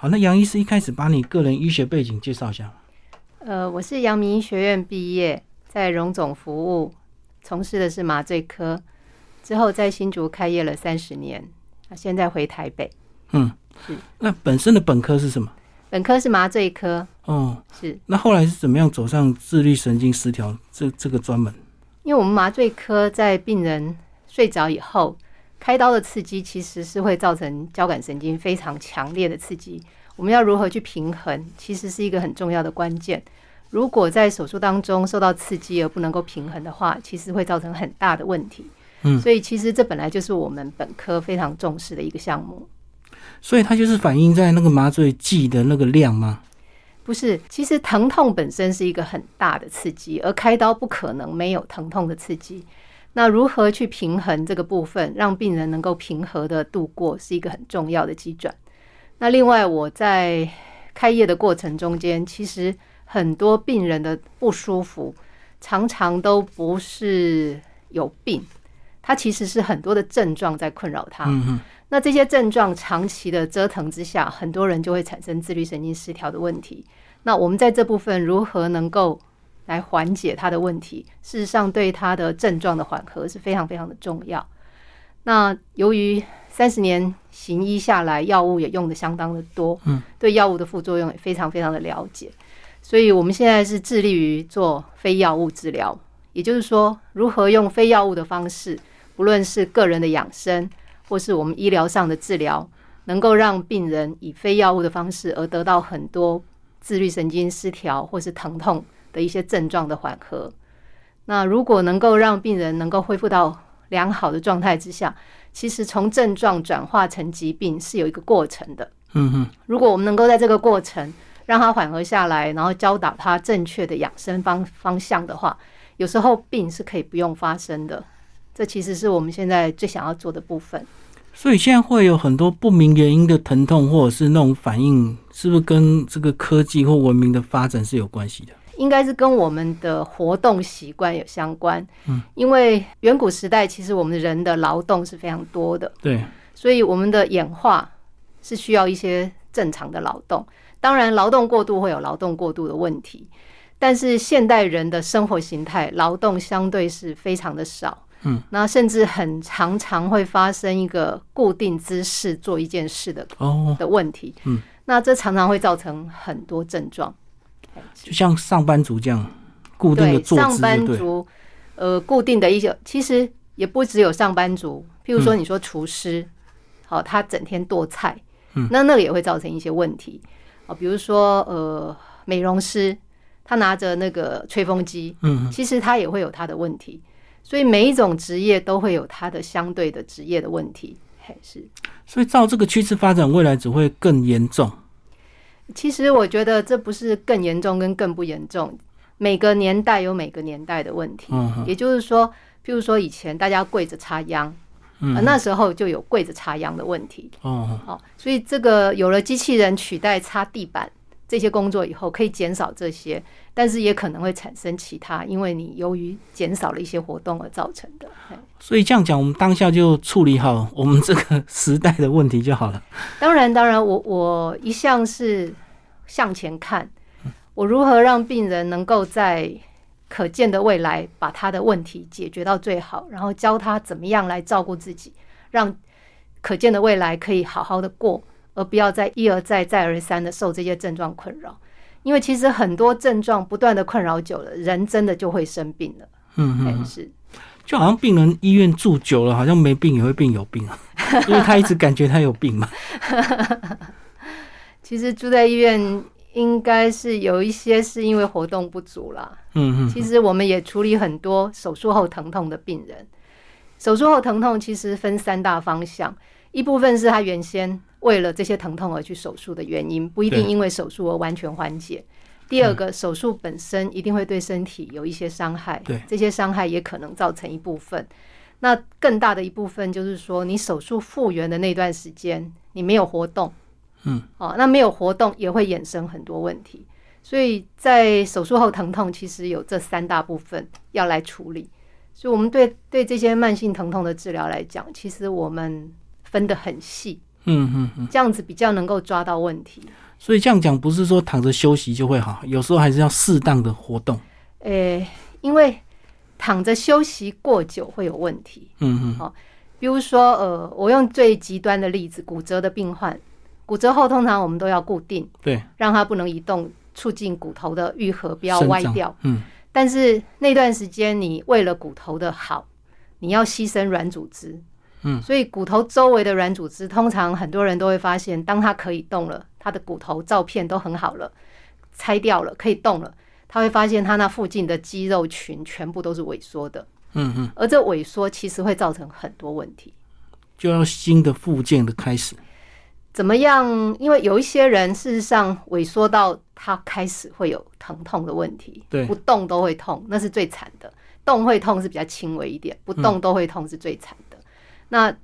好，那杨医师一开始把你个人医学背景介绍一下。呃，我是阳明医学院毕业，在荣总服务，从事的是麻醉科，之后在新竹开业了三十年，啊现在回台北。嗯是，那本身的本科是什么？本科是麻醉科，哦，是那后来是怎么样走上自律神经失调这这个专门？因为我们麻醉科在病人睡着以后，开刀的刺激其实是会造成交感神经非常强烈的刺激。我们要如何去平衡，其实是一个很重要的关键。如果在手术当中受到刺激而不能够平衡的话，其实会造成很大的问题。嗯所以其实这本来就是我们本科非常重视的一个项目。所以它就是反映在那个麻醉剂的那个量吗？不是，其实疼痛本身是一个很大的刺激，而开刀不可能没有疼痛的刺激。那如何去平衡这个部分，让病人能够平和的度过，是一个很重要的基转。那另外，我在开业的过程中间，其实很多病人的不舒服，常常都不是有病，他其实是很多的症状在困扰他。嗯嗯，那这些症状长期的折腾之下，很多人就会产生自律神经失调的问题。那我们在这部分如何能够来缓解他的问题？事实上，对他的症状的缓和是非常非常的重要。那由于三十年行医下来，药物也用的相当的多，嗯，对药物的副作用也非常非常的了解，所以我们现在是致力于做非药物治疗，也就是说，如何用非药物的方式，不论是个人的养生。或是我们医疗上的治疗，能够让病人以非药物的方式而得到很多自律神经失调或是疼痛的一些症状的缓和。那如果能够让病人能够恢复到良好的状态之下，其实从症状转化成疾病是有一个过程的。嗯嗯，如果我们能够在这个过程让他缓和下来，然后教导他正确的养生方方向的话，有时候病是可以不用发生的。这其实是我们现在最想要做的部分。所以现在会有很多不明原因的疼痛，或者是那种反应，是不是跟这个科技或文明的发展是有关系的？应该是跟我们的活动习惯有相关。嗯，因为远古时代其实我们人的劳动是非常多的，对，所以我们的演化是需要一些正常的劳动。当然，劳动过度会有劳动过度的问题，但是现代人的生活形态，劳动相对是非常的少。嗯，那甚至很常常会发生一个固定姿势做一件事的哦，的问题。嗯，那这常常会造成很多症状。就像上班族这样固定的对，坐姿，上班对，族，呃，固定的一些，其实也不只有上班族，譬如说你说厨师，好、他整天剁菜，嗯那那个也会造成一些问题啊、比如说呃，美容师，他拿着那个吹风机，嗯，其实他也会有他的问题，所以每一种职业都会有他的相对的职业的问题，嘿，是。所以照这个趋势发展，未来只会更严重。其实我觉得这不是更严重跟更不严重，每个年代有每个年代的问题。嗯哼也就是说，譬如说以前大家跪着插秧，嗯呃那时候就有跪着插秧的问题。哦，哦，所以这个有了机器人取代擦地板这些工作以后，可以减少这些，但是也可能会产生其他，因为你由于减少了一些活动而造成的。嘿所以这样讲，我们当下就处理好我们这个时代的问题就好了。当然，当然，我我一向是向前看，我如何让病人能够在可见的未来把他的问题解决到最好，然后教他怎么样来照顾自己，让可见的未来可以好好的过，而不要再一而再、再而三的受这些症状困扰。因为其实很多症状不断的困扰久了，人真的就会生病了。嗯哎嗯，是就好像病人医院住久了，好像没病也会变有病啊，因为他一直感觉他有病嘛。其实住在医院应该是有一些是因为活动不足啦。嗯其嗯，实我们也处理很多手术后疼痛的病人。手术后疼痛其实分三大方向，一部分是他原先为了这些疼痛而去手术的原因，不一定对因为手术而完全缓解。第二个，手术本身一定会对身体有一些伤害，对这些伤害也可能造成一部分。那更大的一部分就是说，你手术复原的那段时间，你没有活动，嗯，哦，那没有活动也会衍生很多问题。所以在手术后疼痛，其实有这三大部分要来处理。所以，我们对对这些慢性疼痛的治疗来讲，其实我们分得很细，嗯嗯嗯。这样子比较能够抓到问题。所以这样讲，不是说躺着休息就会好，有时候还是要适当的活动。诶、因为躺着休息过久会有问题。嗯嗯比如说，呃，我用最极端的例子，骨折的病患，骨折后通常我们都要固定，对，让它不能移动，促进骨头的愈合，不要肾歪脏掉。。嗯，但是那段时间，你为了骨头的好，你要牺牲软组织。嗯，所以骨头周围的软组织，通常很多人都会发现，当它可以动了，它的骨头照片都很好了，拆掉了可以动了，他会发现他那附近的肌肉群全部都是萎缩的，嗯嗯，而这萎缩其实会造成很多问题。就要新的复健的开始。怎么样？因为有一些人事实上萎缩到他开始会有疼痛的问题，对不动都会痛，那是最惨的。动会痛是比较轻微一点，嗯不动都会痛是最惨的。那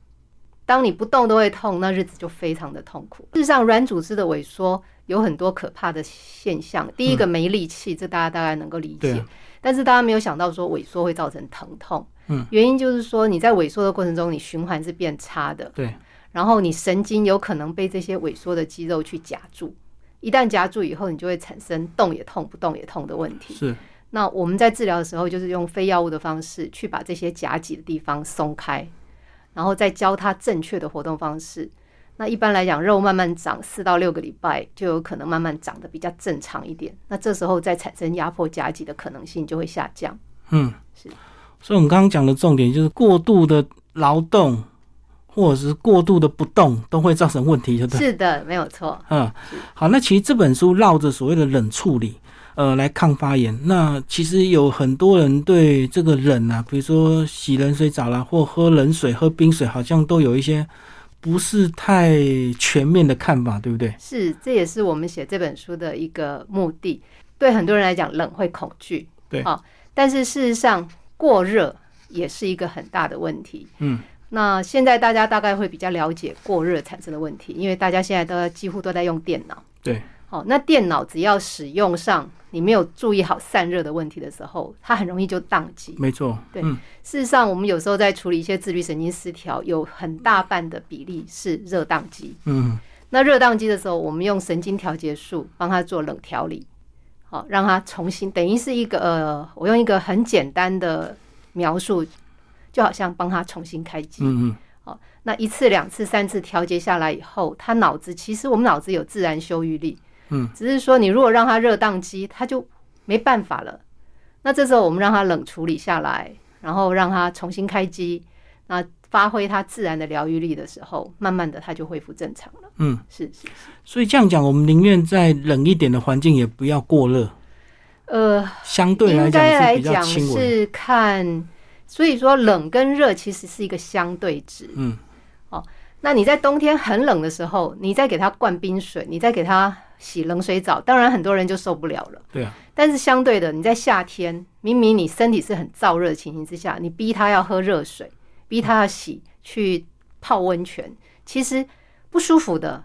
当你不动都会痛，那日子就非常的痛苦。事实上，软组织的萎缩有很多可怕的现象。第一个没力气，这大家大概能够理嗯对解啊，但是大家没有想到说萎缩会造成疼痛。嗯，原因就是说你在萎缩的过程中，你循环是变差的。对，然后你神经有可能被这些萎缩的肌肉去夹住，一旦夹住以后，你就会产生动也痛、不动也痛的问题。是，那我们在治疗的时候，就是用非药物的方式去把这些夹挤的地方松开，然后再教他正确的活动方式。那一般来讲，肉慢慢长四到六个礼拜，就有可能慢慢长得比较正常一点。那这时候再产生压迫夹挤的可能性就会下降。嗯，是。所以我们刚刚讲的重点就是过度的劳动，或者是过度的不动，都会造成问题，对不对？是的，没有错。嗯，好，那其实这本书绕着所谓的冷处理，呃，来抗发炎。那其实有很多人对这个冷啊，比如说洗冷水澡啦，或喝冷水、喝冰水，好像都有一些不是太全面的看法，对不对？是，这也是我们写这本书的一个目的。对很多人来讲，冷会恐惧，对啊、但是事实上，过热也是一个很大的问题。嗯，那现在大家大概会比较了解过热产生的问题，因为大家现在都几乎都在用电脑。对，好、那电脑只要使用上你没有注意好散热的问题的时候，它很容易就宕机。没错，对嗯，事实上，我们有时候在处理一些自律神经失调，有很大半的比例是热宕机。嗯，那热宕机的时候，我们用神经调节术帮他做冷调理，好让他重新，等于是一个呃，我用一个很简单的描述，就好像帮他重新开机。嗯嗯，那一次、两次、三次调节下来以后，他脑子其实我们脑子有自然修愈力，嗯，只是说你如果让他热宕机，他就没办法了。那这时候我们让他冷处理下来，然后让他重新开机，那发挥他自然的疗愈力的时候，慢慢的他就恢复正常了。嗯，是是。所以这样讲，我们宁愿在冷一点的环境，也不要过热，呃，相对来应讲该是来比较讲轻微。是看，所以说冷跟热其实是一个相对值。哦嗯，那你在冬天很冷的时候，你再给它灌冰水，你再给它洗冷水澡，当然很多人就受不了了。对啊，但是相对的，你在夏天，明明你身体是很燥热的情形之下，你逼他要喝热水，逼他要洗去泡温泉，其实不舒服的。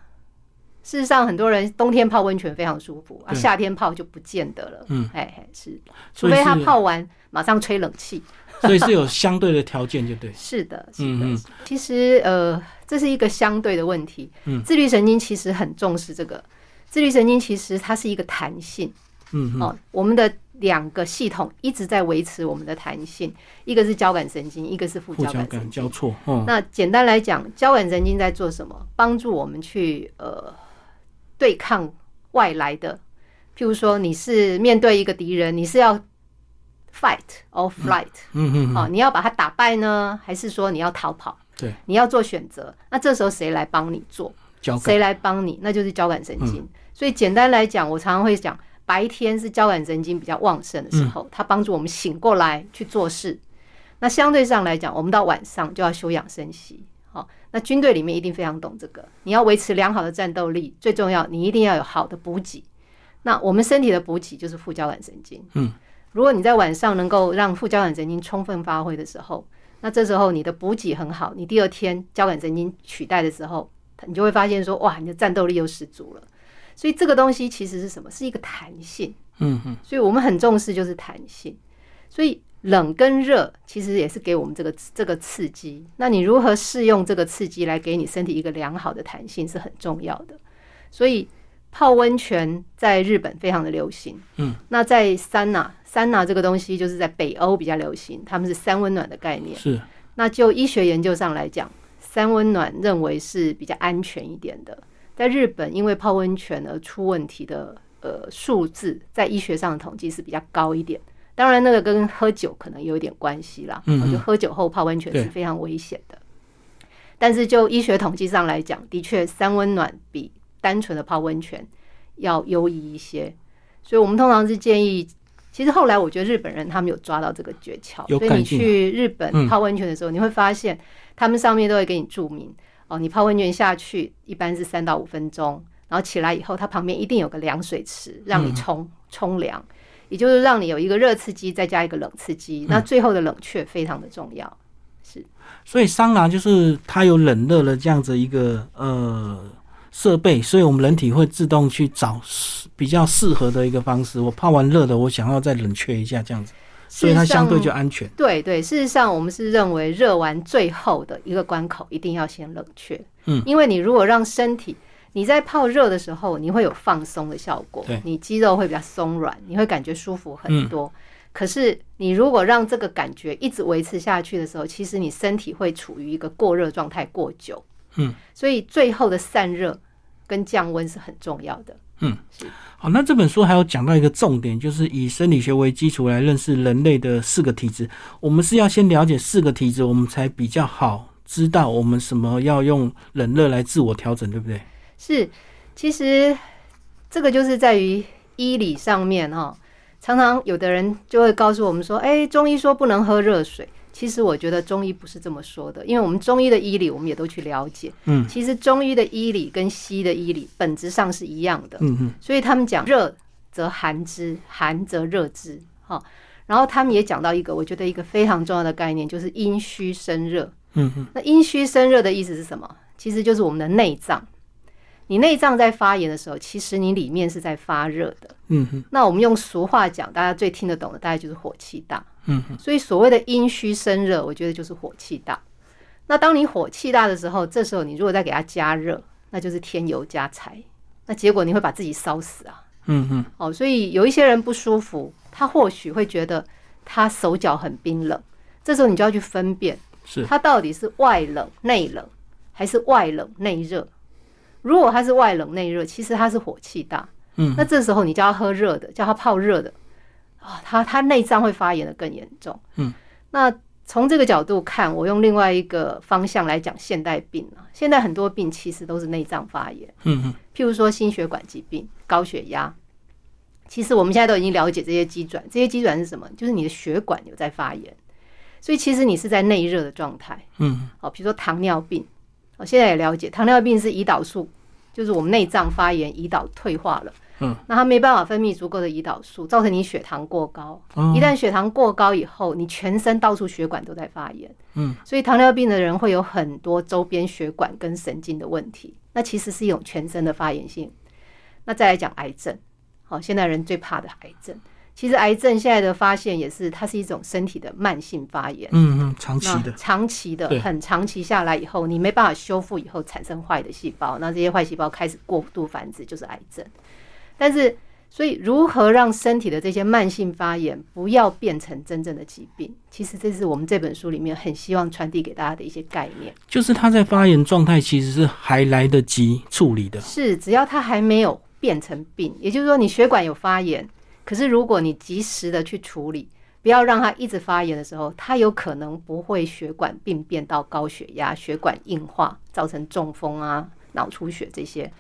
事实上，很多人冬天泡温泉非常舒服啊，对夏天泡就不见得了。嗯，哎哎是。所除以非他是，嗯泡完马上吹冷气。所以是有相对的条件，就对。是的，是的。嗯嗯其实呃，这是一个相对的问题。嗯自律神经其实很重视这个。自律神经其实它是一个弹性、 嗯嗯，哦，我们的两个系统一直在维持我们的弹性，一个是交感神经，一个是副互交相感感神交经。错，哦，那简单来讲，交感神经在做什么？帮助我们去呃对抗外来的，譬如说你是面对一个敌人，你是要 fight or flight，、嗯嗯嗯，哦，你要把它打败呢，还是说你要逃跑？对，你要做选择。那这时候谁来帮你做？交感。嗯谁来帮你？那就是交感神经。所以简单来讲，我常常会讲，白天是交感神经比较旺盛的时候，嗯它帮助我们醒过来去做事。那相对上来讲，我们到晚上就要休养生息。好、那军队里面一定非常懂这个。你要维持良好的战斗力，最重要，你一定要有好的补给。那我们身体的补给就是副交感神经。嗯，如果你在晚上能够让副交感神经充分发挥的时候，那这时候你的补给很好，你第二天交感神经取代的时候，你就会发现说，哇，你的战斗力又十足了。所以这个东西其实是什么？是一个弹性。嗯嗯所以我们很重视就是弹性。所以冷跟热其实也是给我们这个这个刺激。那你如何适用这个刺激来给你身体一个良好的弹性是很重要的。所以泡温泉在日本非常的流行，嗯，那在桑拿，桑拿这个东西就是在北欧比较流行，他们是三温暖的概念。是那就医学研究上来讲，三温暖认为是比较安全一点的。在日本，因为泡温泉而出问题的呃数字，在医学上的统计是比较高一点。当然，那个跟喝酒可能有一点关系啦。嗯嗯就喝酒后泡温泉对是非常危险的。但是就医学统计上来讲，的确三温暖比单纯的泡温泉要优异一些。所以我们通常是建议，其实后来我觉得日本人他们有抓到这个诀窍，有所以改你进去日本嗯泡温泉的时候，你会发现他们上面都会给你注明哦，你泡温泉下去一般是三到五分钟，然后起来以后，它旁边一定有个凉水池让你冲冲凉，也就是让你有一个热刺激，再加一个冷刺激，那最后的冷却非常的重要。所以桑拿就是它有冷热的这样子一个呃设备，所以我们人体会自动去找适比较适合的一个方式。我泡完热的，我想要再冷却一下这样子，所以它相对事实就上安全。对对，事实上我们是认为热完最后的一个关口一定要先冷却，嗯，因为你如果让身体你在泡热的时候，你会有放松的效果对，嗯你肌肉会比较松软，你会感觉舒服很多。可是你如果让这个感觉一直维持下去的时候，其实你身体会处于一个过热状态过久，嗯，所以最后的散热跟降温是很重要的。好，那这本书还有讲到一个重点，就是以生理学为基础来认识人类的四个体质。我们是要先了解四个体质，我们才比较好知道我们什么要用冷热来自我调整，对不对？是，其实这个就是在于医理上面哈、常常有的人就会告诉我们说，哎，中医说不能喝热水。其实我觉得中医不是这么说的，因为我们中医的医理我们也都去了解。嗯，其实中医的医理跟西医的医理本质上是一样的。嗯嗯，所以他们讲热则寒之，寒则热之，哈、然后他们也讲到一个我觉得一个非常重要的概念，就是阴虚生热。嗯嗯，那阴虚生热的意思是什么？其实就是我们的内脏。你内脏在发炎的时候，其实你里面是在发热的。嗯哼，那我们用俗话讲，大家最听得懂的，大概就是火气大。嗯，所以所谓的阴虚生热，我觉得就是火气大。那当你火气大的时候，这时候你如果再给它加热，那就是添油加柴，那结果你会把自己烧死啊。嗯嗯，哦，所以有一些人不舒服，他或许会觉得他手脚很冰冷，这时候你就要去分辨，是他到底是外冷内冷，还是外冷内热。如果他是外冷内热，其实他是火气大，嗯，那这时候你叫他喝热的，叫他泡热的，啊、他他内脏会发炎的更严重，嗯，那。从这个角度看，我用另外一个方向来讲现代病啊，现在很多病其实都是内脏发炎。嗯嗯，譬如说心血管疾病、高血压，其实我们现在都已经了解这些机转。这些机转是什么？就是你的血管有在发炎，所以其实你是在内热的状态。嗯，哦，比如说糖尿病，我、现在也了解，糖尿病是胰岛素，就是我们内脏发炎，胰岛退化了。嗯，那它没办法分泌足够的胰岛素，造成你血糖过高。哦一旦血糖过高以后，你全身到处血管都在发炎。嗯，所以糖尿病的人会有很多周边血管跟神经的问题，那其实是一种全身的发炎性。那再来讲癌症，好、现代人最怕的癌症，其实癌症现在的发现也是它是一种身体的慢性发炎。嗯嗯，长期那的，长期的对、很长期下来以后，你没办法修复以后产生坏的细胞，那这些坏细胞开始过度繁殖，就是癌症。但是，所以如何让身体的这些慢性发炎不要变成真正的疾病，其实这是我们这本书里面很希望传递给大家的一些概念。就是它在发炎状态其实是还来得及处理的。是，只要它还没有变成病，也就是说你血管有发炎，可是如果你及时的去处理，不要让它一直发炎的时候，它有可能不会血管病变到高血压、血管硬化，造成中风啊、脑出血这些。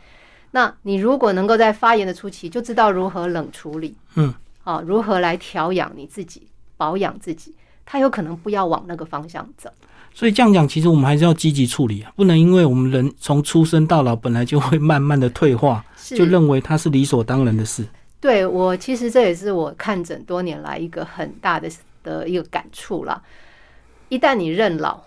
那你如果能够在发炎的初期就知道如何冷处理，嗯，啊，如何来调养你自己、保养自己，它有可能不要往那个方向走。所以这样讲，其实我们还是要积极处理啊，不能因为我们人从出生到老本来就会慢慢的退化，是就认为它是理所当然的事。对我，其实这也是我看诊多年来一个很大的的一个感触啦。一旦你认老，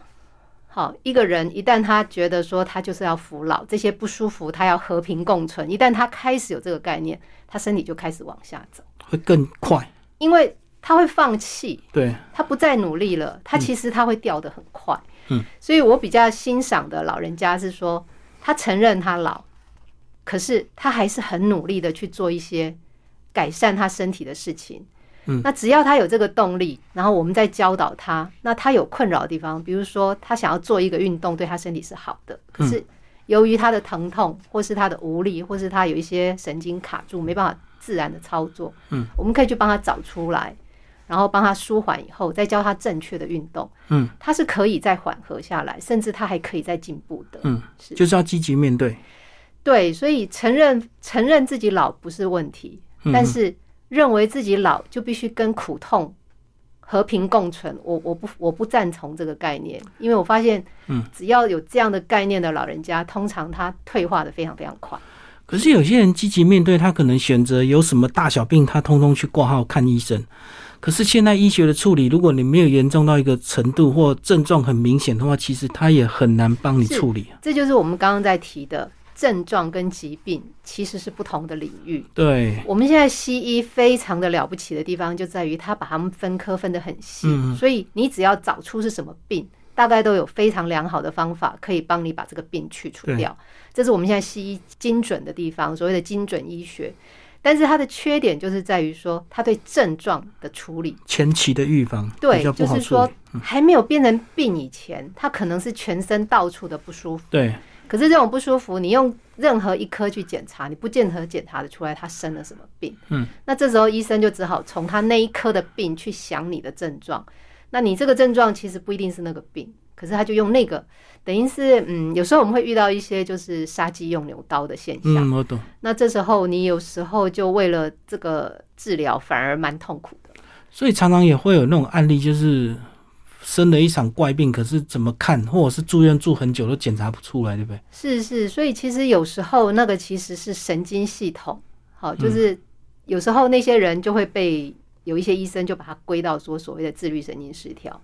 好，一个人一旦他觉得说他就是要服老，这些不舒服他要和平共存，一旦他开始有这个概念，他身体就开始往下走，会更快。因为他会放弃，对，他不再努力了，他其实他会掉得很快。嗯，所以我比较欣赏的老人家是说，他承认他老，可是他还是很努力的去做一些改善他身体的事情。嗯，那只要他有这个动力，然后我们再教导他，那他有困扰的地方，比如说他想要做一个运动，对他身体是好嗯的，可是由于他的疼痛，或是他的无力，或是他有一些神经卡住，没办法自然的操作，嗯，我们可以去帮他找出来。然后帮他舒缓以后，再教他正确的运动，嗯，他是可以再缓和下来，甚至他还可以再进步的。嗯，是就是要积极面对。对，所以承认承认自己老不是问题，嗯但是认为自己老就必须跟苦痛和平共存。我我不我不赞同这个概念，因为我发现，嗯，只要有这样的概念的老人家，通常他退化的非常非常快。可是有些人积极面对，他可能选择有什么大小病，他通通去挂号看医生。可是现在医学的处理，如果你没有严重到一个程度或症状很明显的话，其实他也很难帮你是处理。这就是我们刚刚在提的症状跟疾病其实是不同的领域。对，我们现在西医非常的了不起的地方，就在于它把它们分科分得很细，嗯所以你只要找出是什么病，大概都有非常良好的方法可以帮你把这个病去除掉。这是我们现在西医精准的地方，所谓的精准医学。但是它的缺点就是在于说，它对症状的处理，前期的预防比对较，不就好是处说理。嗯还没有变成病以前，它可能是全身到处的不舒服。对，可是这种不舒服，你用任何一科去检查，你不见得检查得出来他生了什么病。嗯，那这时候医生就只好从他那一科的病去想你的症状。那你这个症状其实不一定是那个病，可是他就用那个，等于是嗯，有时候我们会遇到一些就是杀鸡用牛刀的现象。嗯，我懂。那这时候你有时候就为了这个治疗反而蛮痛苦的。所以常常也会有那种案例，就是生了一场怪病，可是怎么看，或者是住院住很久都检查不出来，对不对？是是，所以其实有时候那个其实是神经系统，好，就是有时候那些人就会被有一些医生就把它归到说所谓的自律神经失调。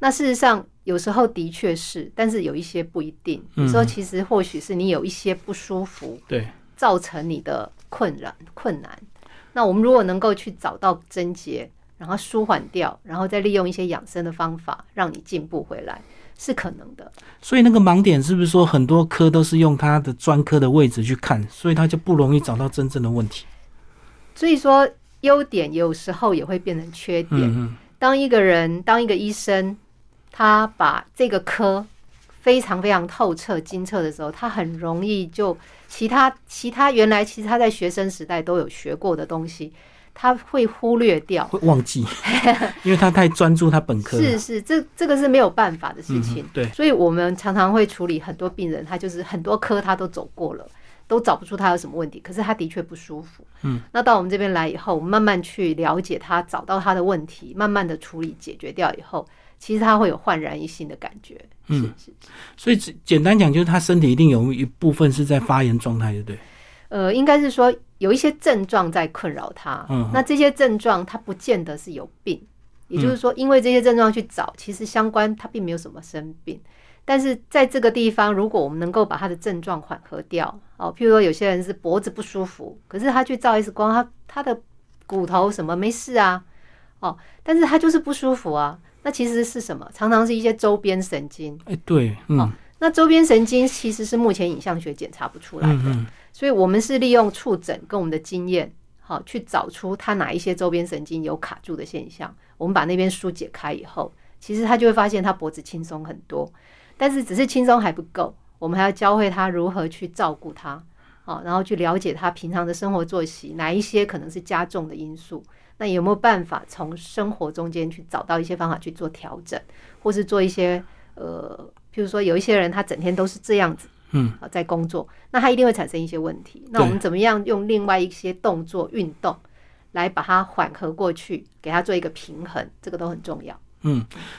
那事实上，有时候的确是，但是有一些不一定。有时候其实或许是你有一些不舒服，对，造成你的困扰困难。那我们如果能够去找到症结，然后舒缓掉，然后再利用一些养生的方法，让你进步回来，是可能的。所以那个盲点是不是说很多科都是用他的专科的位置去看，所以他就不容易找到真正的问 题？所以说，优点有时候也会变成缺点。嗯嗯，当一个人，当一个医生，他把这个科非常非常透彻、精彻的时候，他很容易就其他其他原来其实他在学生时代都有学过的东西，他会忽略掉。会忘 记，因为他太专注他本科了。是是，这这个是没有办法的事情。嗯对所以我们常常会处理很多病人，他就是很多科他都走过了，都找不出他有什么问题，可是他的确不舒服。嗯，那到我们这边来以后，我们慢慢去了解他，找到他的问题，慢慢的处理解决掉以后，其实他会有焕然一新的感觉。嗯是，是所以只简单讲，就是他身体一定有一部分是在发炎状态，对不对？呃，应该是说有一些症状在困扰他，嗯那这些症状他不见得是有病，也就是说，因为这些症状去找，其实相关他并没有什么生病。但是在这个地方，如果我们能够把他的症状缓和掉，哦，譬如说有些人是脖子不舒服，可是他去照 X 光，他他的骨头什么没事啊，哦，但是他就是不舒服啊。那其实是什么？常常是一些周边神经。哎、对，嗯、哦那周边神经其实是目前影像学检查不出来的。嗯嗯，所以我们是利用触诊跟我们的经验，好去找出它哪一些周边神经有卡住的现象。我们把那边疏解开以后，其实他就会发现他脖子轻松很多，但是只是轻松还不够，我们还要教会他如何去照顾他，好，然后去了解他平常的生活作息，哪一些可能是加重的因素。那有没有办法从生活中间去找到一些方法去做调整，或是做一些呃，譬如说有一些人他整天都是这样子，嗯，啊，在工作，那他一定会产生一些问题。那我们怎么样用另外一些动作、运动来把它缓和过去，给他做一个平衡，这个都很重要。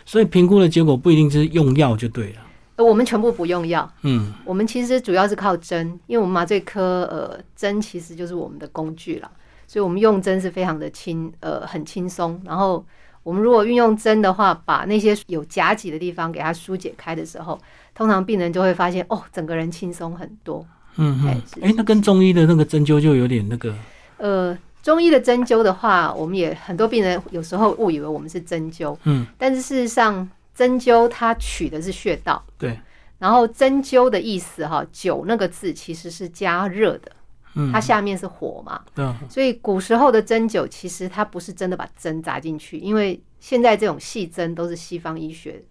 所以评估的结果不一定是用药就对了。呃，我们全部不用药，嗯，我们其实主要是靠针，因为我们麻醉科呃针其实就是我们的工具啦，所以我们用针是非常的轻呃很轻松。然后我们如果运用针的话，把那些有夹挤的地方给它疏解开的时候，通常病人就会发现哦，整个人轻松很多。嗯嗯，哎哎、是那跟中医的那个针灸就有点那个，呃，中医的针灸的话，我们也很多病人有时候误以为我们是针灸，嗯，但是事实上针灸它取的是穴道，对，然后针灸的意思哈，灸那个字其实是加热的，嗯，它下面是火嘛，对啊，所以古时候的针灸其实它不是真的把针扎进去，因为现在这种细针都是西方医学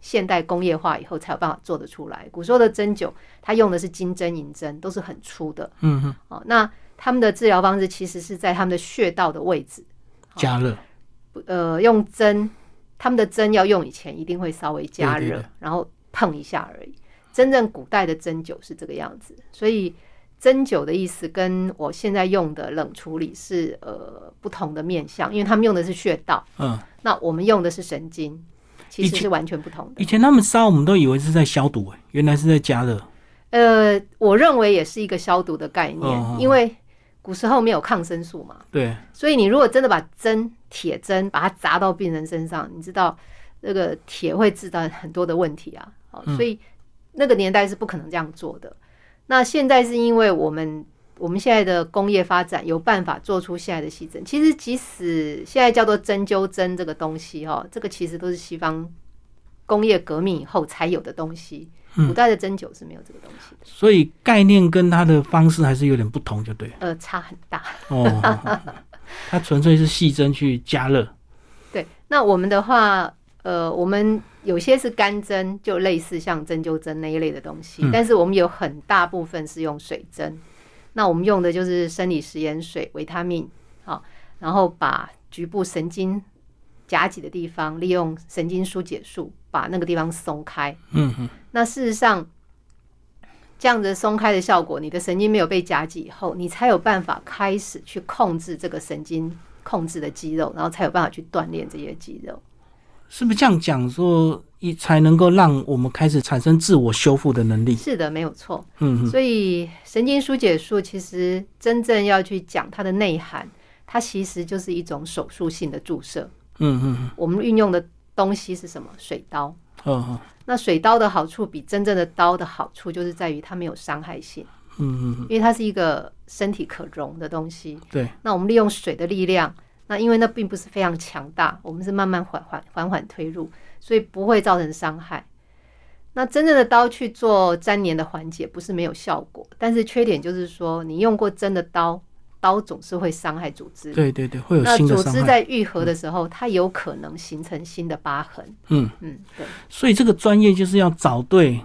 现代工业化以后才有办法做得出来。古时候的针灸，它用的是金针银针，都是很粗的嗯哼，哦。那他们的治疗方式其实是在他们的穴道的位置，加热，呃，用针，他们的针要用以前一定会稍微加对热，对然后碰一下而已。真正古代的针灸是这个样子，所以针灸的意思跟我现在用的冷处理是呃不同的面向，因为他们用的是穴道，嗯，那我们用的是神经，其以实前是完全不同的以。前他们烧，我们都以为是在消毒、欸，原来是在加热，呃，我认为也是一个消毒的概念，哦哦哦因为古时候没有抗生素嘛，对，所以你如果真的把针铁针把它砸到病人身上，你知道那个铁会制造很多的问题啊。哦，所以那个年代是不可能这样做的。那现在是因为我们我们现在的工业发展有办法做出现在的细针。其实即使现在叫做针灸针这个东西哈、哦，这个其实都是西方工业革命以后才有的东西。古代的针灸是没有这个东西的，所以概念跟它的方式还是有点不同，就对了。呃，差很大。哦，好好好 它纯粹是细针去加热，对，那我们的话，呃，我们有些是干针，就类似像针灸针那一类的东西，嗯但是我们有很大部分是用水针。那我们用的就是生理食盐水、维他命，好、然后把局部神经夹挤的地方，利用神经疏解术把那个地方松开。嗯嗯，那事实上，这样子松开的效果，你的神经没有被夹挤以后，你才有办法开始去控制这个神经控制的肌肉，然后才有办法去锻炼这些肌肉。是不是这样讲说，一才能够让我们开始产生自我修复的能力？是的，没有错。嗯嗯，所以神经疏解术其实真正要去讲它的内涵，它其实就是一种手术性的注射。嗯嗯，我们运用的东西是什么？水刀。嗯嗯那水刀的好处比真正的刀的好处，就是在于它没有伤害性，嗯嗯，因为它是一个身体可溶的东西。对，那我们利用水的力量，那因为那并不是非常强大，我们是慢慢缓缓缓缓推入，所以不会造成伤害。那真正的刀去做粘连的缓解，不是没有效果，但是缺点就是说，你用过真的刀，刀总是会伤害组织。对对对，会有那新的组伤织害。在愈合的时候，它有可能形成新的疤痕。嗯，嗯，对，所以这个专业就是要找对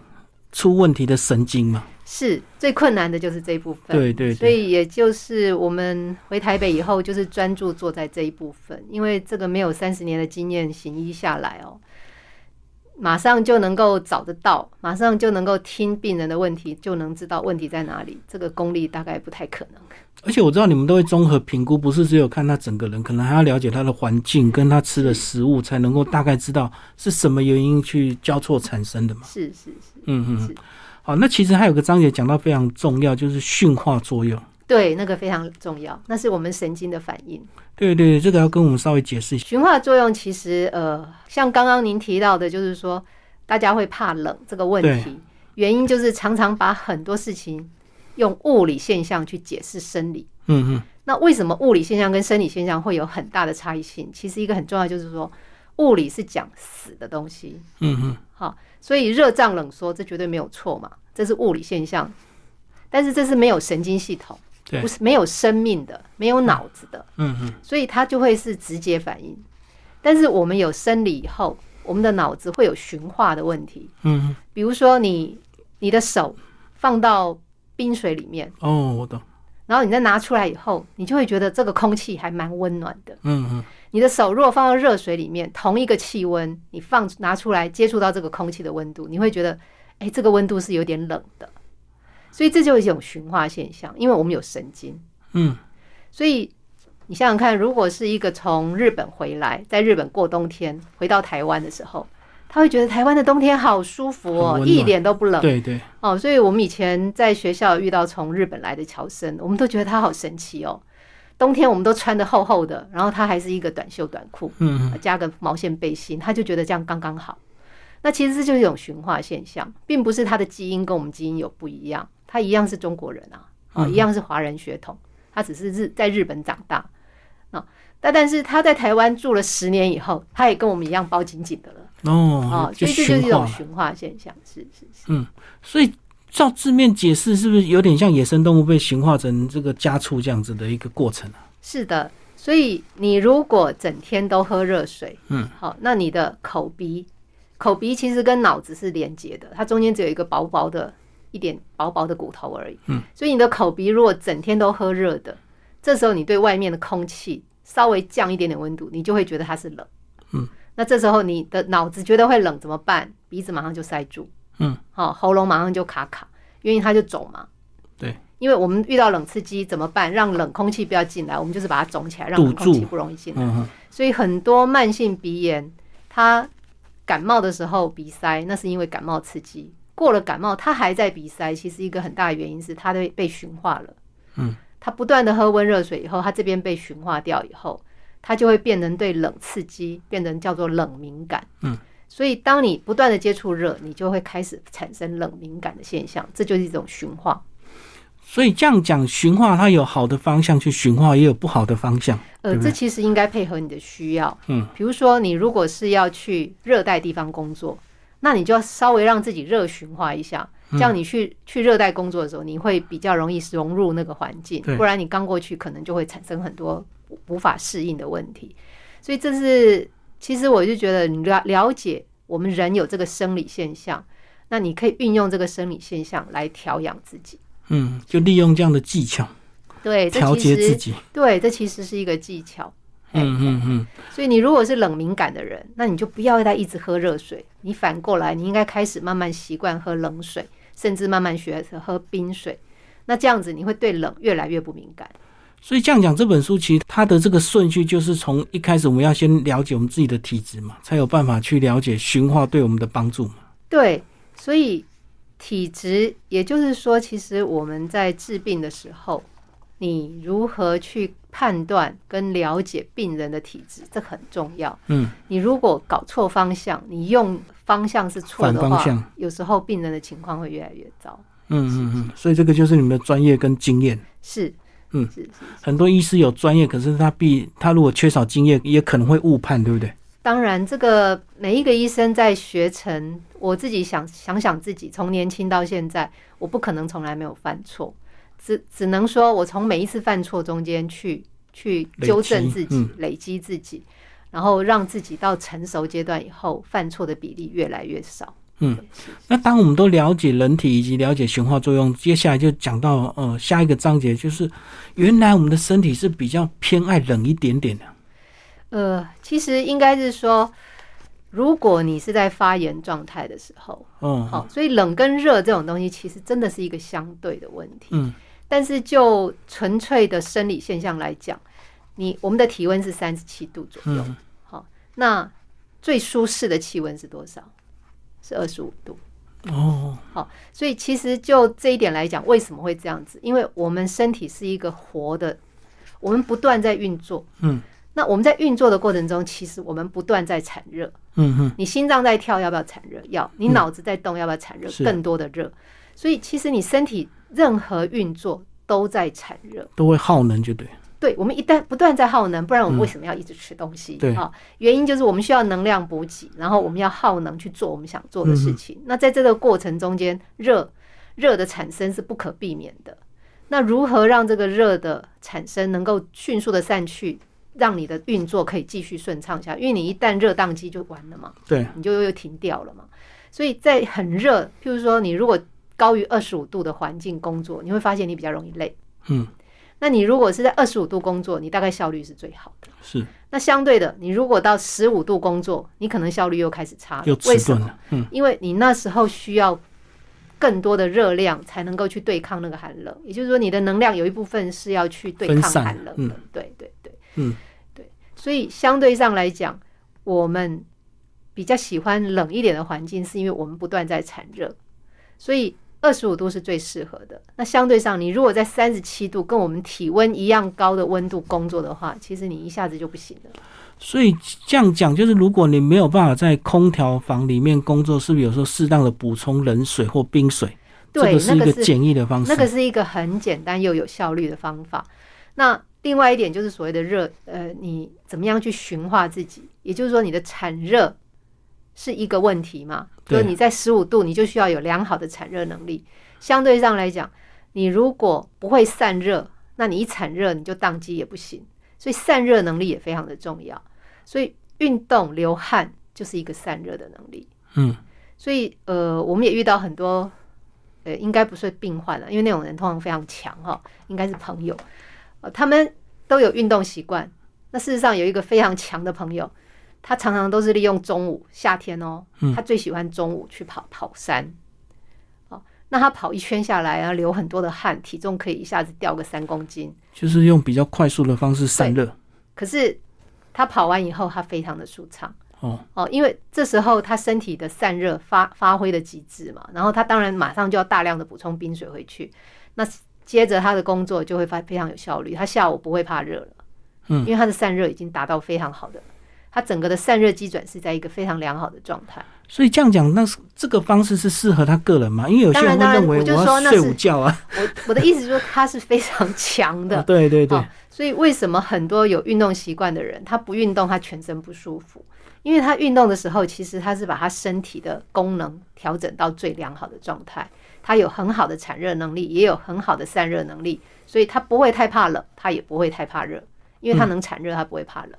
出问题的神经嘛。是最困难的就是这一部分。对对所对，以也就是我们回台北以后，就是专注做在这一部分，因为这个没有三十年的经验行医下来哦，马上就能够找得到，马上就能够听病人的问题，就能知道问题在哪里。这个功力大概不太可能。而且我知道你们都会综合评估，不是只有看他整个人，可能还要了解他的环境跟他吃的食物，才能够大概知道是什么原因去交错产生的嘛。是是是，嗯嗯是。好，那其实还有个章节讲到非常重要，就是驯化作用。对，那个非常重要，那是我们神经的反应。对对对，这个要跟我们稍微解释一下。循化作用其实呃，像刚刚您提到的，就是说大家会怕冷这个问题，原因就是常常把很多事情用物理现象去解释生理。嗯嗯，那为什么物理现象跟生理现象会有很大的差异性？其实一个很重要就是说，物理是讲死的东西，嗯嗯，哈，所以热胀冷缩这绝对没有错嘛，这是物理现象，但是这是没有神经系统，对不是没有生命的，没有脑子的。嗯嗯，所以它就会是直接反应。但是我们有生理以后，我们的脑子会有循化的问题，嗯，比如说你你的手放到冰水里面，哦，我懂。然后你再拿出来以后，你就会觉得这个空气还蛮温暖的。嗯嗯，你的手如果放到热水里面，同一个气温，你放拿出来接触到这个空气的温度，你会觉得，哎，这个温度是有点冷的。所以这就是一种循化现象，因为我们有神经。嗯，所以你想想看，如果是一个从日本回来，在日本过冬天回到台湾的时候，他会觉得台湾的冬天好舒服很哦，温暖一点都不冷。对对，哦，所以我们以前在学校遇到从日本来的乔生，我们都觉得他好神奇哦。冬天我们都穿的厚厚的，然后他还是一个短袖短裤，嗯呃加个毛线背心，他就觉得这样刚刚好。那其实这就是一种循化现象，并不是嗯他的基因跟我们基因有不一样，他一样是中国人啊，哦，一样是华人血统，他只是日在日本长大啊，但但是他在台湾住了十年以后，他也跟我们一样包紧紧的了哦啊，，就所以这就是一循种化。循化现象，是是是，所以照字面解释，是不是有点像野生动物被驯化成这个家畜这样子的一个过程啊？是的。所以你如果整天都喝热水，嗯，好，那你的口鼻，口鼻其实跟脑子是连接的，它中间只有一个薄薄的、一点薄薄的骨头而已。嗯，所以你的口鼻如果整天都喝热的，这时候你对外面的空气稍微降一点点温度，你就会觉得它是冷。嗯，那这时候你的脑子觉得会冷怎么办？鼻子马上就塞住。嗯，好、哦喉咙马上就卡卡，因为它就肿嘛。对。因为我们遇到冷刺激怎么办？让冷空气不要进来，我们就是把它肿起来，让堵冷空气住不容易进来。嗯哼，所以很多慢性鼻炎，它感冒的时候鼻塞，那是因为感冒刺激。过了感冒，它还在鼻塞，其实一个很大的原因是它被被驯化了。嗯，它不断的喝温热水以后，它这边被驯化掉以后，它就会变成对冷刺激变成叫做冷敏感。嗯，所以当你不断的接触热，你就会开始产生冷敏感的现象，这就是一种驯化。所以这样讲驯化，它有好的方向去驯化，也有不好的方向。呃，对不这对其实应该配合你的需要。嗯，比如说你如果是要去热带地方工作，那你就要稍微让自己热循化一下，嗯这样你去、去热带工作的时候，你会比较容易融入那个环境对，不然你刚过去可能就会产生很多无无法适应的问题。所以这是其实我就觉得你了了解我们人有这个生理现象，那你可以运用这个生理现象来调养自己。嗯，就利用这样的技巧对，哎这调其节自实己。对，这其实是一个技巧。嗯嗯嗯，所以你如果是冷敏感的人，那你就不要再一直喝热水，你反过来，你应该开始慢慢习惯喝冷水，甚至慢慢学着喝冰水。那这样子你会对冷越来越不敏感。所以这样讲，这本书其实它的这个顺序就是从一开始我们要先了解我们自己的体质嘛，才有办法去了解驯化对我们的帮助嘛。对，所以体质，也就是说，其实我们在治病的时候，你如何去判断跟了解病人的体质，这很重要。嗯，你如果搞错方向，你用方向是错的反方话向，有时候病人的情况会越来越糟。嗯嗯嗯，所以这个就是你们的专业跟经验。是，嗯是，是很多医师有专业，可是他必他如果缺少经验，也可能会误判，对不对？当然，这个每一个医生在学成，我自己想想想自己，从年轻到现在，我不可能从来没有犯错，只只能说我从每一次犯错中间去去纠正自己，累累积积嗯自己，然后让自己到成熟阶段以后，犯错的比例越来越少。嗯对，是那当我们都了解人体以及了解循化作用，接下来就讲到呃下一个章节，就是原来我们的身体是比较偏爱冷一点点的。呃，其实应该是说，如果你是在发炎状态的时候，哦，好、所以冷跟热这种东西，其实真的是一个相对的问题。嗯，但是就纯粹的生理现象来讲，你我们的体温是三十七度左右，嗯好、那最舒适的气温是多少？是二十五度。哦，好，所以其实就这一点来讲，为什么会这样子？因为我们身体是一个活的，我们不断在运作。嗯，那我们在运作的过程中，其实我们不断在产热。嗯哼，你心脏在跳，要不要产热？要。你脑子在动，要不要产热？嗯是更多的热。所以其实你身体任何运作都在产热。都会耗能，就对。对，我们一旦不断在耗能，不然我们为什么要一直吃东嗯西？对啊，原因就是我们需要能量补给，然后我们要耗能去做我们想做的事嗯情。那在这个过程中间，热热的产生是不可避免的。那如何让这个热的产生能够迅速的散去，让你的运作可以继续顺畅下去？因为你一旦热宕机就完了嘛。对，你就又停掉了嘛。所以在很热，譬如说你如果高于二十五度的环境工作，你会发现你比较容易累。嗯，那你如果是在二十五度工作，你大概效率是最好的。是那相对的，你如果到十五度工作，你可能效率又开始差又了。为迟什钝么？了。嗯因为你那时候需要更多的热量才能够去对抗那个寒冷，也就是说，你的能量有一部分是要去对分抗散寒冷嗯的。对对对，嗯对。所以相对上来讲，我们比较喜欢冷一点的环境，是因为我们不断在产热，所以二十五度是最适合的。那相对上，你如果在三十七度跟我们体温一样高的温度工作的话，其实你一下子就不行了。所以这样讲，就是如果你没有办法在空调房里面工作，是不是有时候适当的补充冷水或冰水，这对，个是一那个个是简易的方式。那个是一个很简单又有效率的方法。那另外一点就是所谓的热，呃，你怎么样去驯化自己？也就是说，你的产热是一个问题嘛？就对啊是你在十五度，你就需要有良好的产热能力。相对上来讲，你如果不会散热，那你一产热你就宕机也不行。所以散热能力也非常的重要。所以运动流汗就是一个散热的能力。嗯，所以呃，我们也遇到很多，呃，应该不是病患啊了，因为那种人通常非常强哈、应该是朋友，呃，他们都有运动习惯。那事实上有一个非常强的朋友，他常常都是利用中午夏天哦，他最喜欢中午去跑跑山。哦，那他跑一圈下来，然后流很多的汗，体重可以一下子掉个三公斤。就是用比较快速的方式散热。可是他跑完以后，他非常的舒畅。哦，哦，因为这时候他身体的散热发发挥的极致嘛，然后他当然马上就要大量的补充冰水回去，那接着他的工作就会发非常有效率，他下午不会怕热了，嗯，因为他的散热已经达到非常好的，他整个的散热基准是在一个非常良好的状态。所以这样讲，那是这个方式是适合他个人嘛？因为有些人会当然认为当然我就要说那睡是午觉啊，我我的意思说他是非常强 的啊，对对对哦，所以为什么很多有运动习惯的人，他不运动他全身不舒服？因为他运动的时候，其实他是把他身体的功能调整到最良好的状态，他有很好的产热能力，也有很好的散热能力，所以他不会太怕冷，他也不会太怕热，因为他能产热，他不会怕冷。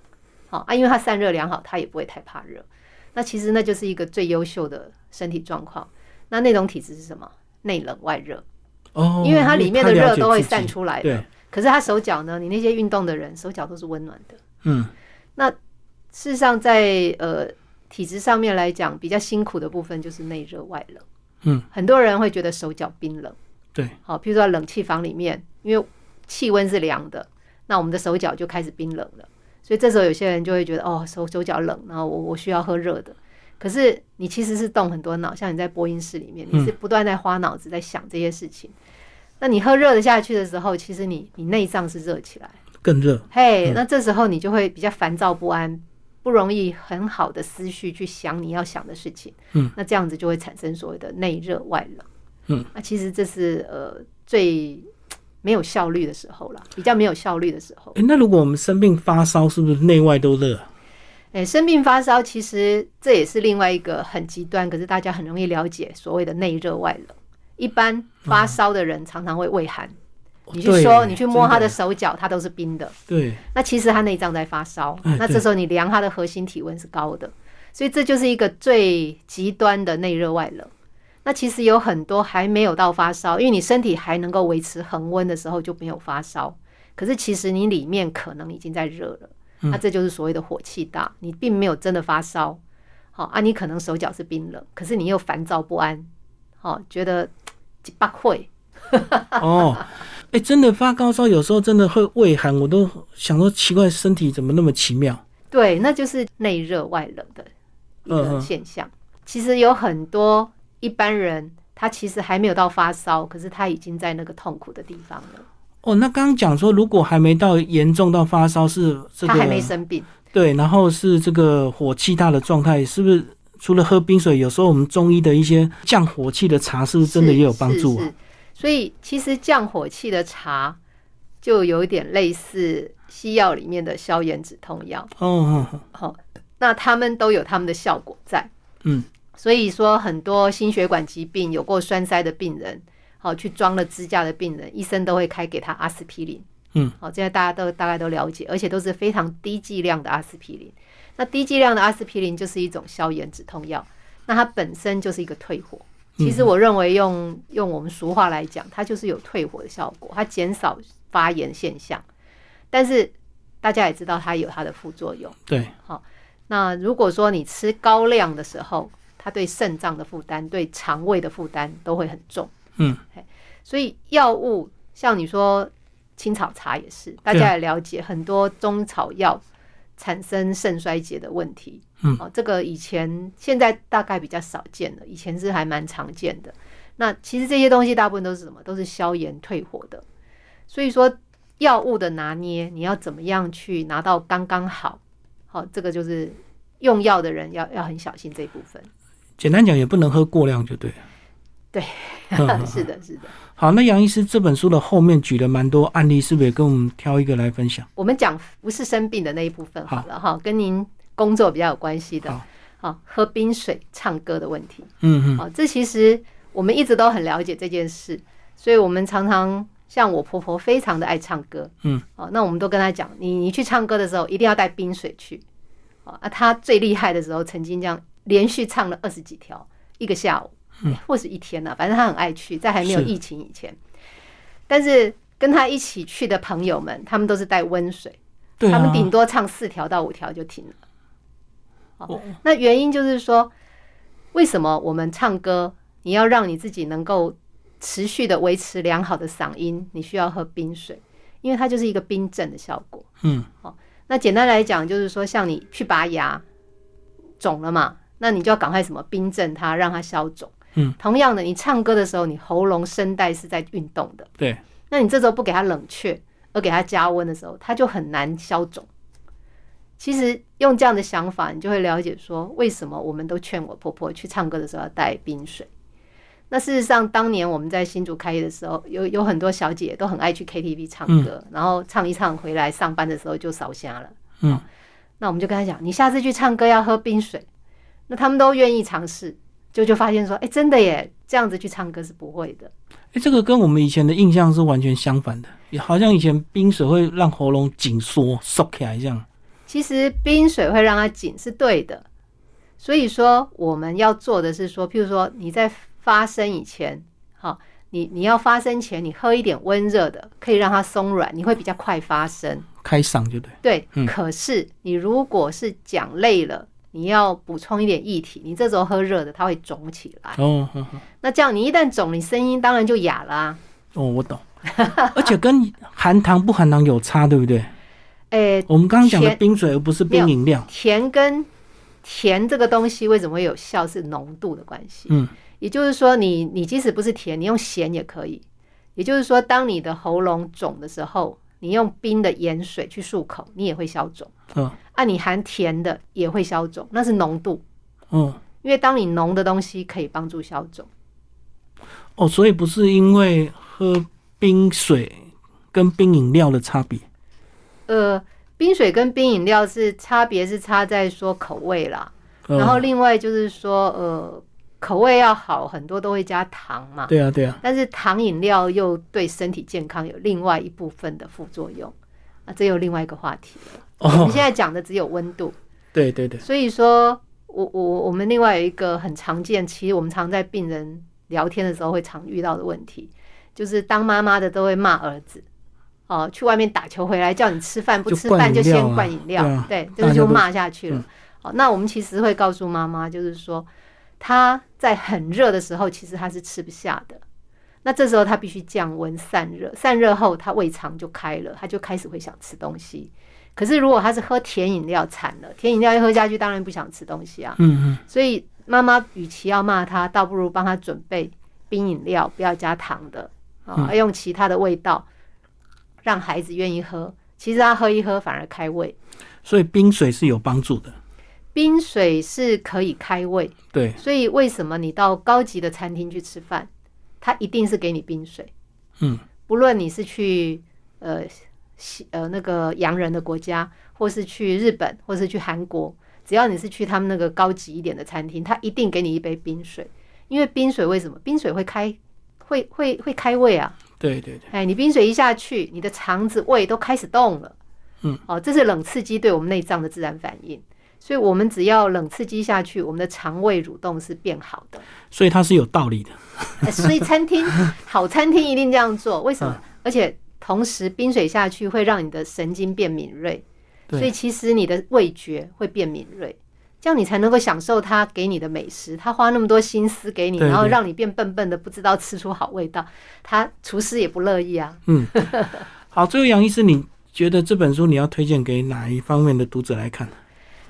好、啊，因为他散热良好，他也不会太怕热。那其实那就是一个最优秀的身体状况。那那种体质是什么？内冷外热，哦，因为它里面的热都会因为他了散解自己出来的。对，可是他手脚呢？你那些运动的人手脚都是温暖的。嗯，事实上在，呃体质上面来讲，比较辛苦的部分就是内热外冷。嗯，很多人会觉得手脚冰冷。对，好、譬如说冷气房里面，因为气温是凉的，那我们的手脚就开始冰冷了。所以这时候有些人就会觉得，哦，手手脚冷，然后我我需要喝热的。可是你其实是动很多脑，像你在播音室里面，你是不断在花脑子在想这些事情。那你喝热的下去的时候，其实你你内脏是热起来的。更热，嘿，那这时候你就会比较烦躁不安，不容易很好的思绪去想你要想的事情。嗯，那这样子就会产生所谓的内热外冷。嗯，那其实这是呃最没有效率的时候啦，比较没有效率的时候。诶，那如果我们生病发烧，是不是内外都热啊？哎、生病发烧其实这也是另外一个很极端，可是大家很容易了解所谓的内热外冷。一般发烧的人常常会畏寒，你去嗯哦对说你去摸他的真手脚，他都是冰的。对，那其实他内脏在发烧，哎那这时候你量他的核心体温是高的，所以这就是一个最极端的内热外冷。那其实有很多还没有到发烧，因为你身体还能够维持恒温的时候就没有发烧，可是其实你里面可能已经在热了，那这就是所谓的火气大，你并没有真的发烧，好、啊，你可能手脚是冰冷，可是你又烦躁不安，好、觉得几巴会，哦， 哎、真的发高烧，有时候真的会畏寒，我都想说奇怪，身体怎么那么奇妙？对，那就是内热外冷的一嗯个嗯现象。其实有很多一般人，他其实还没有到发烧，可是他已经在那个痛苦的地方了，哦，那刚刚讲说，如果还没到严重到发烧，是这他还没个生病。对，然后是这个火气大的状态，是不是？除了喝冰水，有时候我们中医的一些降火气的茶，是不是真的也有帮助是啊？是所以其实降火气的茶就有一点类似西药里面的消炎止痛药。哦，哦好、那他们都有他们的效果在。嗯，所以说很多心血管疾病有过栓塞的病人，好、去装了支架的病人，医生都会开给他阿司匹林。嗯，好、这些大家都大概都了解，而且都是非常低剂量的阿司匹林。那低剂量的阿司匹林就是一种消炎止痛药，那它本身就是一个退火。其实我认为用用我们俗话来讲，它就是有退火的效果，它减少发炎现象。但是大家也知道它有它的副作用。对，那如果说你吃高量的时候，它对肾脏的负担、对肠胃的负担都会很重。嗯嘿，所以药物像你说青草茶也是，大家也了解很多中草药产生肾衰竭的问题。嗯哦，这个以前现在大概比较少见了，以前是还蛮常见的。那其实这些东西大部分都是什么？都是消炎退火的。所以说，药物的拿捏，你要怎么样去拿到刚刚好？好、这个就是用药的人要要很小心这一部分。 简单讲也不能喝过量就对了。对是的，是的。好，那杨医师这本书的后面举了蛮多案例，是不是也跟我们挑一个来分享？我们讲不是生病的那一部分好了哈，跟您工作比较有关系的好，好，喝冰水、唱歌的问题，嗯嗯，好，啊这其实我们一直都很了解这件事，所以我们常常像我婆婆非常的爱唱歌，嗯，哦，那我们都跟她讲，你你去唱歌的时候一定要带冰水去，哦，啊，她最厉害的时候曾经这样连续唱了二十几条，一个下午，哎或是一天呢、反正她很爱去，在还没有嗯是疫情以前，但是跟她一起去的朋友们，他们都是带温水。对他啊们，顶多唱四条到五条就停了。我好，那原因就是说，为什么我们唱歌，你要让你自己能够持续的维持良好的嗓音，你需要喝冰水，因为它就是一个冰镇的效果。嗯，那简单来讲，就是说，像你去拔牙肿了嘛，那你就要赶快什么冰镇它，让它消肿。嗯，同样的，你唱歌的时候，你喉咙声带是在运动的。对，那你这时候不给它冷却，而给它加温的时候，它就很难消肿。其实用这样的想法，你就会了解说，为什么我们都劝我婆婆去唱歌的时候要带冰水。那事实上，当年我们在新竹开业的时候，有有很多小姐都很爱去 KTV 唱歌，然后唱一唱回来上班的时候就烧瞎了。嗯，那我们就跟她讲，你下次去唱歌要喝冰水。那他们都愿意尝试，就就发现说，哎、真的耶，这样子去唱歌是不会的。哎，这个跟我们以前的印象是完全相反的，也好像以前冰水会让喉咙紧缩、缩起来这样。其实冰水会让它紧是对的，所以说我们要做的是说，譬如说你在发声以前，好、你你要发声前，你喝一点温热的，可以让它松软，你会比较快发声。开嗓就对，对，嗯可是你如果是讲累了，你要补充一点液体，你这时候喝热的，它会肿起来。哦哦哦那这样你一旦肿，你声音当然就哑啦、啊。哦，我懂， 而且跟含糖不含糖有差，对不对？诶，我们刚刚讲的甜冰水，而不是冰饮料。甜跟甜这个东西为什么会有效，是浓度的关系。嗯，也就是说你，你即使不是甜，你用咸也可以。也就是说，当你的喉咙肿的时候，你用冰的盐水去漱口，你也会消肿。嗯啊，你含甜的也会消肿，那是浓度，嗯因为当你浓的东西可以帮助消肿。哦，所以不是因为喝冰水跟冰饮料的差别。呃，冰水跟冰饮料是差别是差在说口味啦，呃、然后另外就是说，呃，口味要好，很多都会加糖嘛。对啊对啊，但是糖饮料又对身体健康有另外一部分的副作用啊，这又另外一个话题了。我们哦现在讲的只有温度，对对对，所以说我我我们另外有一个很常见，其实我们常在病人聊天的时候会常遇到的问题，就是当妈妈的都会骂儿子。哦，去外面打球回来叫你吃饭不就吃灌饭饮就先料啊灌饮料，对啊对，大这家就都嗯骂下去了。哦，那我们其实会告诉妈妈，就是说她在很热的时候，其实她是吃不下的。那这时候她必须降温散热，散热后她胃肠就开了，她就开始会想吃东西。可是如果她是喝甜饮料惨了，甜饮料一喝下去，当然不想吃东西啊。嗯嗯，所以妈妈与其要骂她，倒不如帮她准备冰饮料，不要加糖的嗯啊，用其他的味道让孩子愿意喝。其实她喝一喝反而开胃，所以冰水是有帮助的。冰水是可以开胃。对，所以为什么你到高级的餐厅去吃饭，它一定是给你冰水？嗯，不论你是去呃西呃那个洋人的国家，或是去日本，或是去韩国，只要你是去他们那个高级一点的餐厅，它一定给你一杯冰水，因为冰水为什么？冰水会开会会会开胃啊！对对对，哎，你冰水一下去，你的肠子、胃都开始动了。嗯，哦，这是冷刺激对我们内脏的自然反应，所以我们只要冷刺激下去，我们的肠胃蠕动是变好的。所以它是有道理的。哎所以餐厅好餐厅一定这样做，为什嗯么？而且同时冰水下去会让你的神经变敏锐，对所以其实你的味觉会变敏锐，这样你才能够享受他给你的美食。他花那么多心思给你，对然后对让你变笨笨的，不知道吃出好味道，他厨师也不乐意啊。好，最后杨医师，你觉得这本书你要推荐给哪一方面的读者来看？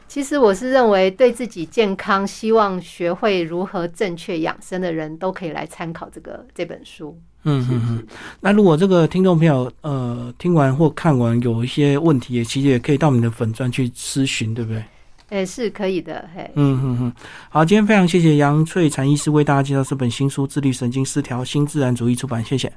其实我是认为，对自己健康、希望学会如何正确养生的人都可以来参考这个这本书。嗯嗯嗯。那如果这个听众朋友呃听完或看完有一些问题，也其实也可以到我们的粉专去咨询，对不对？哎，是可以的，嘿，嗯嗯嗯，好，今天非常谢谢杨翠婵医师为大家介绍这本新书《自律神经失调：新自然主义》出版，谢谢。